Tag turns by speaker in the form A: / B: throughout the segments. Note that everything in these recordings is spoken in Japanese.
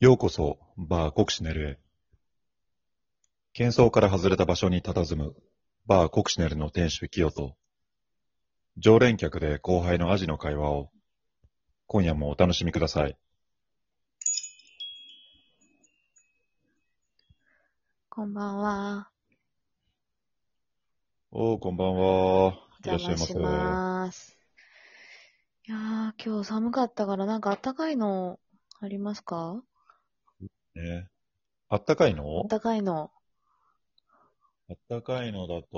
A: ようこそ、バーコクシネルへ。喧騒から外れた場所に佇む、バーコクシネルの店主キヨと、常連客で後輩のアジの会話を、今夜もお楽しみください。
B: こんばんは。
A: おー、こんばんは。
B: お邪魔します。いやー、今日寒かったから、なんかあったかいのありますか
A: ね、あったかいの
B: あったかいの。
A: あったかいのだと、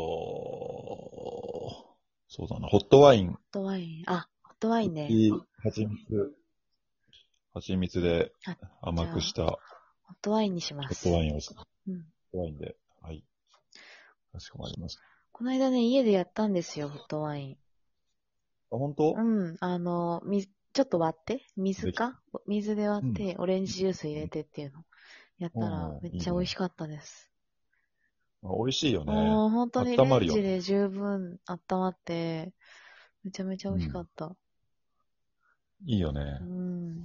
A: そうだな、ホットワイン。
B: ホットワイン。あ、ホットワインね。
A: いい
B: ホ
A: 蜂蜜。蜂蜜で
B: あ
A: 甘くしたホ
B: ットワインにしま
A: ッ
B: す。
A: トワインを、
B: うん。
A: ワインで、はい。かしこまりました。
B: この間ね、家でやったんですよ、ホットワイン。
A: あ、本当
B: うん。あの、み、ちょっと割って、水か水で割って、オレンジジュース入れてっていうの。やったら
A: う、ん
B: めっちゃ美味しかったです。
A: あ美味しいよね。
B: もう本当にレ
A: 温まる
B: ン
A: よ
B: ジで十分温まって、めちゃめちゃ美味しかった。
A: いいよね
B: う。ん。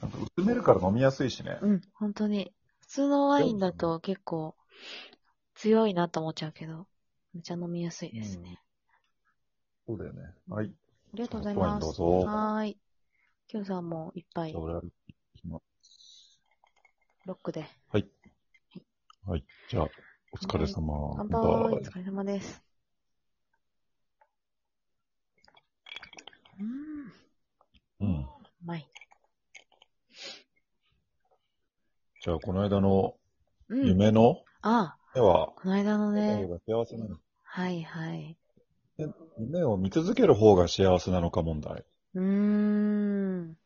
A: なんか薄めるから飲みやすいしね。
B: うん、本当に。普通のワインだと結構強いなと思っちゃうけど、めっちゃ飲みやすいですね。
A: そうだよね。はい。
B: ありがとうございます。
A: ホットワインどうぞ
B: はーい。きょうさんもいっぱい
A: じゃあ、俺は行きます、
B: ロックで。
A: はい。じゃあ、お疲れ様。
B: 乾杯。お
A: 乾杯
B: 疲れ様です。うーん、う
A: うん。
B: まい。
A: じゃあ、この間の
B: うん。
A: 夢の
B: あ、
A: 夢は、
B: この間の
A: 夢
B: ね。
A: が幸せなの。
B: はいはい。
A: 夢を見続ける方が幸せなのか問題。
B: うーん。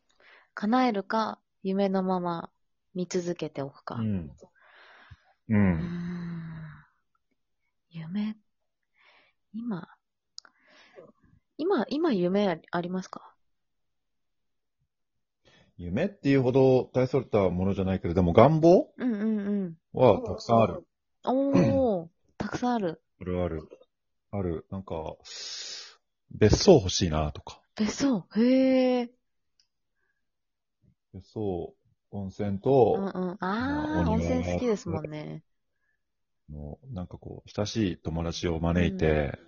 B: 叶えるか、夢のまま見続けておくか。
A: ん。う
B: うー
A: ん。
B: ん夢、今、今、今夢ありありますか
A: 夢っていうほど大それたものじゃないけど、でも願望
B: うんうん
A: はたくさんある。
B: うん。おー、たくさんある。
A: これはある。ある。なんか、別荘欲しいなとか。
B: 別荘へー。
A: 別荘、温泉
B: うんう
A: と、
B: ん。あー、
A: お庭があ
B: 温
A: って
B: 泉好きですもんね。
A: のなんかこう、親しい友達を招いて、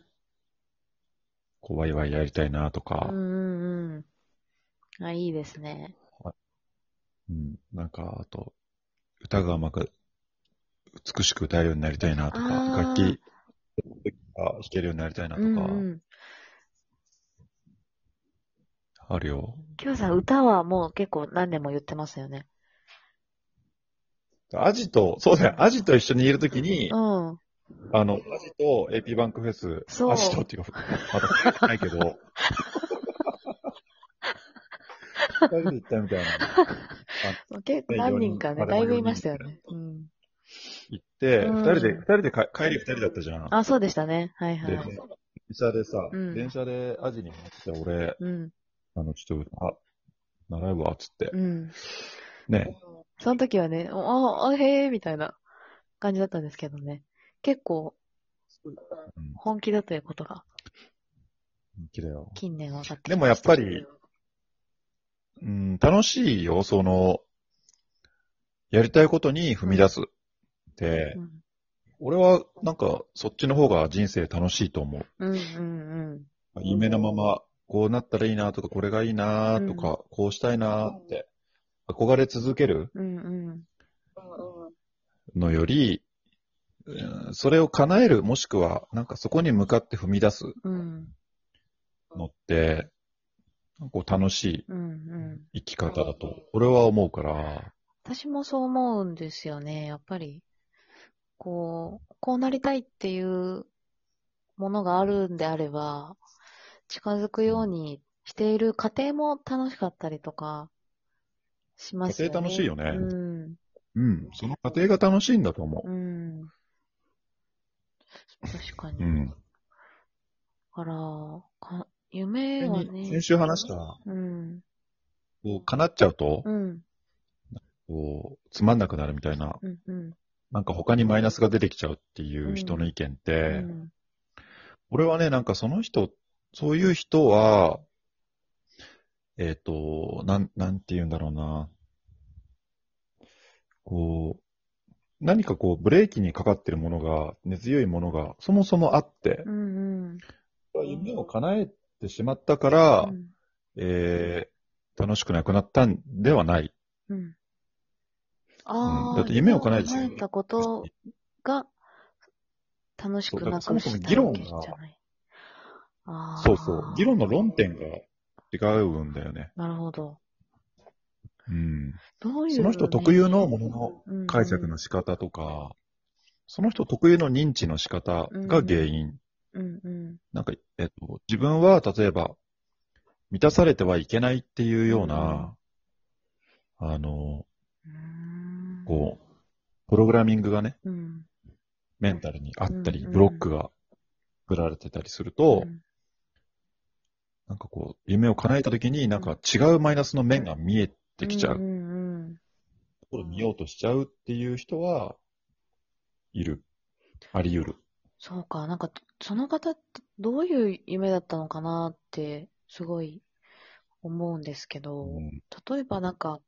A: こう、ワイワイやりたいなと
B: う
A: か
B: ん、うんうん。あ、いいですね。
A: うん。なんか、あと、歌がうまく、美しく歌えるようになりたいなとか、
B: あー
A: 楽器が弾けるようになりたいなと
B: うん
A: か、
B: うん。
A: あるよ。
B: きょうさん、歌はもう結構何年も言ってますよね。
A: アジと、そうだよ、アジと一緒にいるときに、
B: うん。
A: あの、アジと AP バンクフェス、
B: そう
A: アジとっていうか、まだ行ってないけど、二人で行ったみたいなの。
B: 結構何人かね、
A: まだま
B: だ
A: だ
B: い
A: 四人
B: ぶいましたよね。うん。
A: 行って、
B: うん
A: 二人で、二人でか帰り二人だったじゃん。
B: あ、そうでしたね。はいは
A: で、
B: い。
A: 電車でさ、
B: うん
A: 電車でアジに話して、俺、
B: うん。
A: あの、ちょっと、あ、習うわ、つって
B: う。ん。
A: ね。
B: その時はね、おあ、へえ、みたいな感じだったんですけどね。結構
A: うん、
B: 本気だということが
A: 綺麗よ。
B: 近年分かってきました
A: でもやっぱり、うん、楽しいよ、その、やりたいことに踏み出す。で、
B: うん、
A: 俺は、なんか、そっちの方が人生楽しいと思う。
B: うん、うん
A: 夢のまま、こうなったらいいなとか、これがいいなとか、こうしたいなって、憧れ続ける
B: うん、うん、うん。
A: のより、うんそれを叶える、もしくは、なんかそこに向かって踏み出す
B: うん、
A: のって、なんかこう楽しい
B: うん、うん。
A: 生き方だと、俺は思うから、
B: 私もそう思うんですよね。やっぱり、こう、こうなりたいっていうものがあるんであれば、近づくようにしている過程も楽しかったりとか、しますよね。
A: 過程楽しいよね
B: うん。
A: うん、その過程が楽しいんだと思う。
B: うん。確かに。
A: うん。
B: だから、か夢はね
A: 先、週話した、
B: うん、
A: こう、叶っちゃうと、
B: うん、
A: こう、つまんなくなるみたいな、
B: うん、うん、
A: なんか他にマイナスが出てきちゃうっていう人の意見って、
B: うん、
A: 俺はね、なんかその人、そういう人は、えっ、と、なん、なんて言うんだろうな。こう、何かこう、ブレーキにかかってるものが、根強いものが、そもそもあって、
B: うんうん。
A: 夢を叶えてしまったから、
B: うん
A: えー、楽しくなくなったんではない。
B: うん。ああ、
A: だって夢を叶えて
B: 叶たことが楽しくなくなったわけじ
A: そうだからそもそも
B: ゃ
A: 議論が
B: ない。ああ。
A: そうそう。議論の論点が違うんだよね。
B: なるほど。
A: うん。
B: どういう、
A: その人特有のものの
B: の
A: 解釈の仕方とか、その人特有の認知の仕方が原因。
B: うんうん。
A: なんか、えっと、自分は例えば、満たされてはいけないっていうような、あの、
B: うん。
A: こう、プログラミングがね、
B: う。うん。
A: メンタルにあったり、
B: うん
A: ブロックが振られてたりすると、なんかこう、夢を叶えた時に、なんか違うマイナスの面が見えてきちゃう
B: う。んうん。
A: ところを見ようとしちゃうっていう人は、いる。あり得る。
B: そうか、なんか、その方ってどういう夢だったのかなって、すごい思うんですけど、
A: うん
B: 例えばなんか、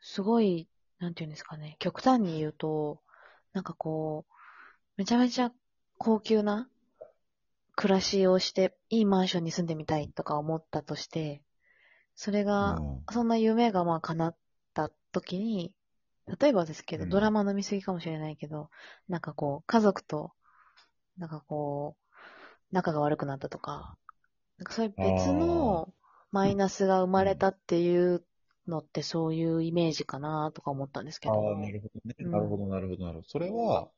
B: すごい、なんていうんですかね、極端に言うと、なんかこう、めちゃめちゃ高級な暮らしをして、いいマンションに住んでみたいとか思ったとして、それが、
A: うん
B: そんな夢がまあ叶った時に、例えばですけど、
A: うん
B: ドラマの見過ぎかもしれないけど、なんかこう、家族と、なんかこう、仲が悪くなったとか、なんかそういう別のマイナスが生まれたっていうのってそういうイメージかなとか思ったんですけど。
A: るほどね
B: うんなるほ
A: ど、なるほど、なるほど。それは、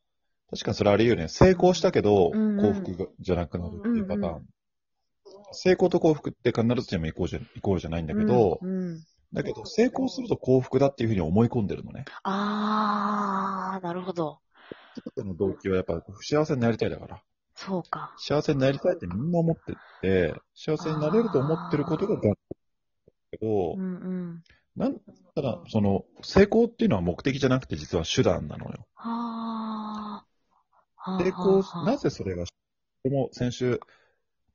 A: 確かにそれあり得るね。成功したけど、
B: うんうん
A: 幸福がじゃなくなるっていうパターン。
B: うんう
A: 成功と幸福って必ずしもイコールじゃイコールじゃないんだけど、
B: うんうん
A: だけど成功すると幸福だっていうふうに思い込んでるのね。
B: あー、なるほど。
A: その動機はやっぱ不幸せになりたいだから。
B: そうか。
A: 幸せになりたいってみんな思ってて、幸せになれると思ってることが学校だけど
B: う、んうん。
A: なんただ、その、成功っていうのは目的じゃなくて実は手段なのよ。
B: あー。
A: 成功
B: はあは、あ
A: なぜそれが、でも先週、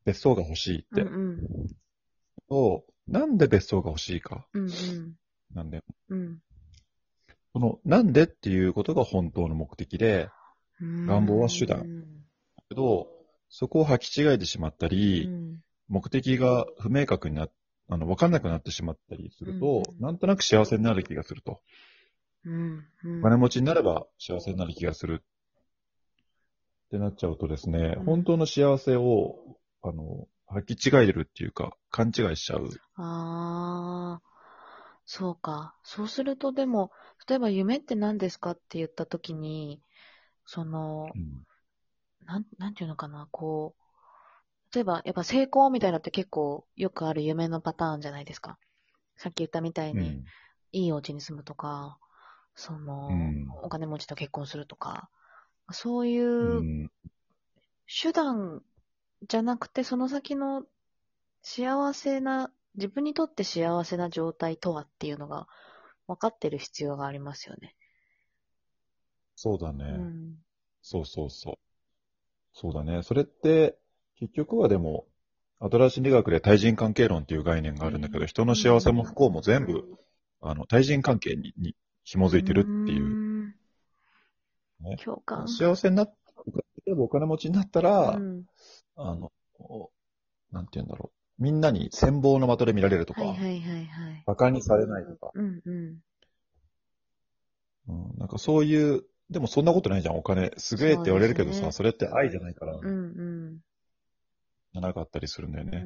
A: 別荘が欲しいって、
B: うんうん。
A: となんで別荘が欲しいか、
B: うんうん。
A: なんで、
B: うん
A: この、なんでっていうことが本当の目的で、
B: うん。
A: 願望は手段
B: うん
A: けど、そこを履き違えてしまったり、
B: うん
A: 目的が不明確になっあの、わかんなくなってしまったりすると、
B: うんうん
A: なんとなく幸せになる気がすると。
B: うんうん
A: お金持ちになれば幸せになる気がする。ってなっちゃうとですね、
B: うん
A: 本当の幸せを、あの、履き違えてるっていうか、勘違いしちゃう。
B: ああ、そうか。そうすると、でも、例えば夢って何ですかって言ったときに、その、なん、なんていうのかな、こう、例えば、やっぱ成功みたいなのって結構よくある夢のパターンじゃないですか。さっき言ったみたい
A: うん。う
B: に、
A: ん。
B: いいお家に住むとか、その、
A: うん。
B: お金持ちと結婚するとか、そういうううん手段じゃなくて、その先の幸せな、自分にとって幸せな状態とはっていうのが分かってる必要がありますよね。
A: そうだね、
B: うん。
A: そうそうそう。そうだね。それって、結局はでも、アトラ心理学で対人関係論っていう概念があるんだけど、人の幸せも不幸も全部、あの、対人関係にに紐づいてるっていう。
B: うーん。
A: ね
B: 共感。
A: 幸せになっ例えばお金持ちになったら、
B: うん、
A: あの、なんて言うんだろう。みんなに羨望の的で見られるとか、
B: はいはいはいはい。
A: 馬鹿にされないとか、
B: うんうん。
A: うん、なんかそういう、でもそんなことないじゃん、お金。すげえって言われるけどさ、そ,、
B: そうですね
A: れって愛じゃないから、
B: うんうん。
A: じゃなかったりするんだよ
B: うん
A: ね。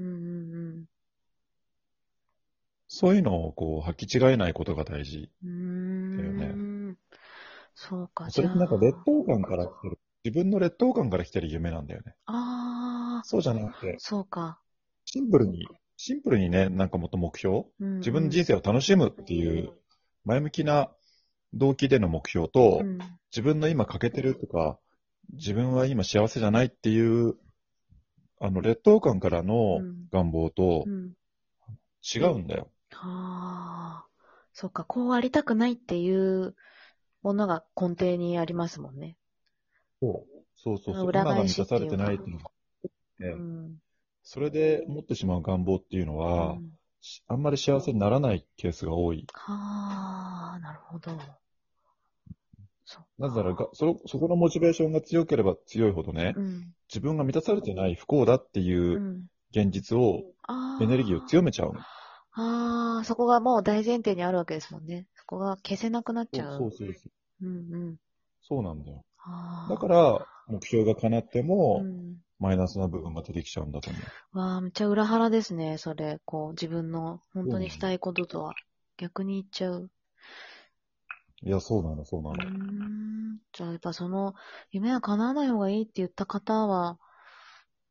B: うん
A: そういうのをこう、履き違えないことが大事。
B: うん。
A: だよね
B: うーん。そうか、
A: それってなんか
B: じゃ
A: 劣等感から来てる。自分の劣等感から来てる夢なんだよね。
B: ああ
A: そうじゃなくて
B: ー、、そうか。
A: シンプルに、シンプルにね、なんかもっと目標
B: うんうん
A: 自分の人生を楽しむっていう、前向きな動機での目標と、
B: うん
A: 自分の今欠けてるとか、自分は今幸せじゃないっていう、あの、劣等感からの
B: うん
A: 願望と
B: うん。
A: 違うんだよ。
B: ああ、そうか、こうありたくないっていうものが根底にありますもんね。
A: そうそうそう。
B: 裏
A: 今が
B: 返
A: 満
B: したって
A: さ
B: いう
A: れ
B: か
A: てないっていうのがあって、
B: うん。
A: それで持ってしまう願望っていうのは、
B: うん
A: しあんまり幸せにならないケースが多い。
B: はあ、なるほど。そう
A: なぜならがそ、そこのモチベーションが強ければ強いほどね、
B: うん。。
A: 自分が満たされてない不幸だっていううん現実を、
B: ああ。
A: エネルギーを強めちゃうの。
B: ああ、そこがもう大前提にあるわけですもんね。そこが消せなくなっちゃう。
A: そうそうそう。
B: うんうん。
A: そうなんだよ。
B: ああ。
A: だから、目標が叶っても
B: う、ん。
A: マイナスな部分が出てきちゃうんだと思う。
B: わあ、めっちゃ裏腹ですね、それ。こう、自分の本当にしたいこととは逆に言っちゃう。
A: いや、そうなの、そうな
B: うー
A: の。
B: ん。じゃあ、やっぱその、夢は叶わない方がいいって言った方は、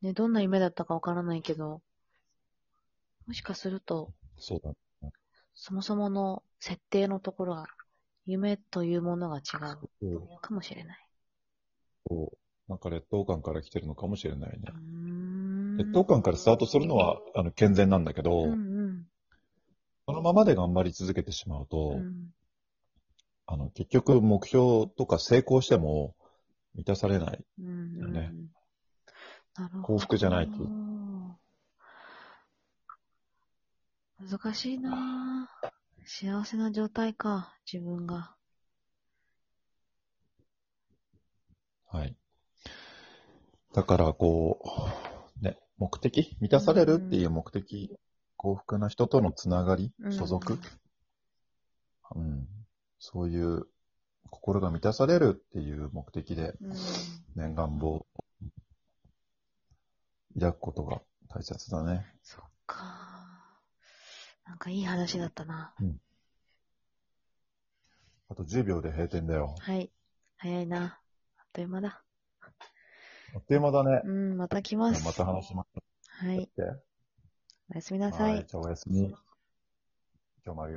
B: ね、どんな夢だったかわからないけど、もしかすると、
A: そうだ。
B: そもそもの設定のところが、夢というものが違
A: そう
B: うかもしれない。
A: そうなんか劣等感から来てるのかもしれないね
B: う。ーん。
A: 劣等感からスタートするのは、あの、健全なんだけど、
B: うんうん。
A: そのままで頑張り続けてしまうと、
B: うん
A: あの、結局目標とか成功しても満たされない。
B: うんうん
A: ね
B: なるほど。
A: 幸福じゃないと
B: 難しいなぁ幸せな状態か、自分が。
A: はい。だから、こう、ね、目的満たされるっていう目的、幸福な人とのつながり
B: うん、
A: 所属、うん、そういう心が満たされるっていう目的で、
B: うん。
A: 念願を抱くことが大切だね。
B: そっかなんかいい話だったな
A: あと10秒で閉店だよ。
B: はい。早いなあっという間だ。
A: あっという間だね。
B: うん、また来ます。
A: また話しまし
B: はい。
A: ょうっ
B: おやすみ
A: て。
B: なさい。
A: じゃあおやすみ。今日もありがとう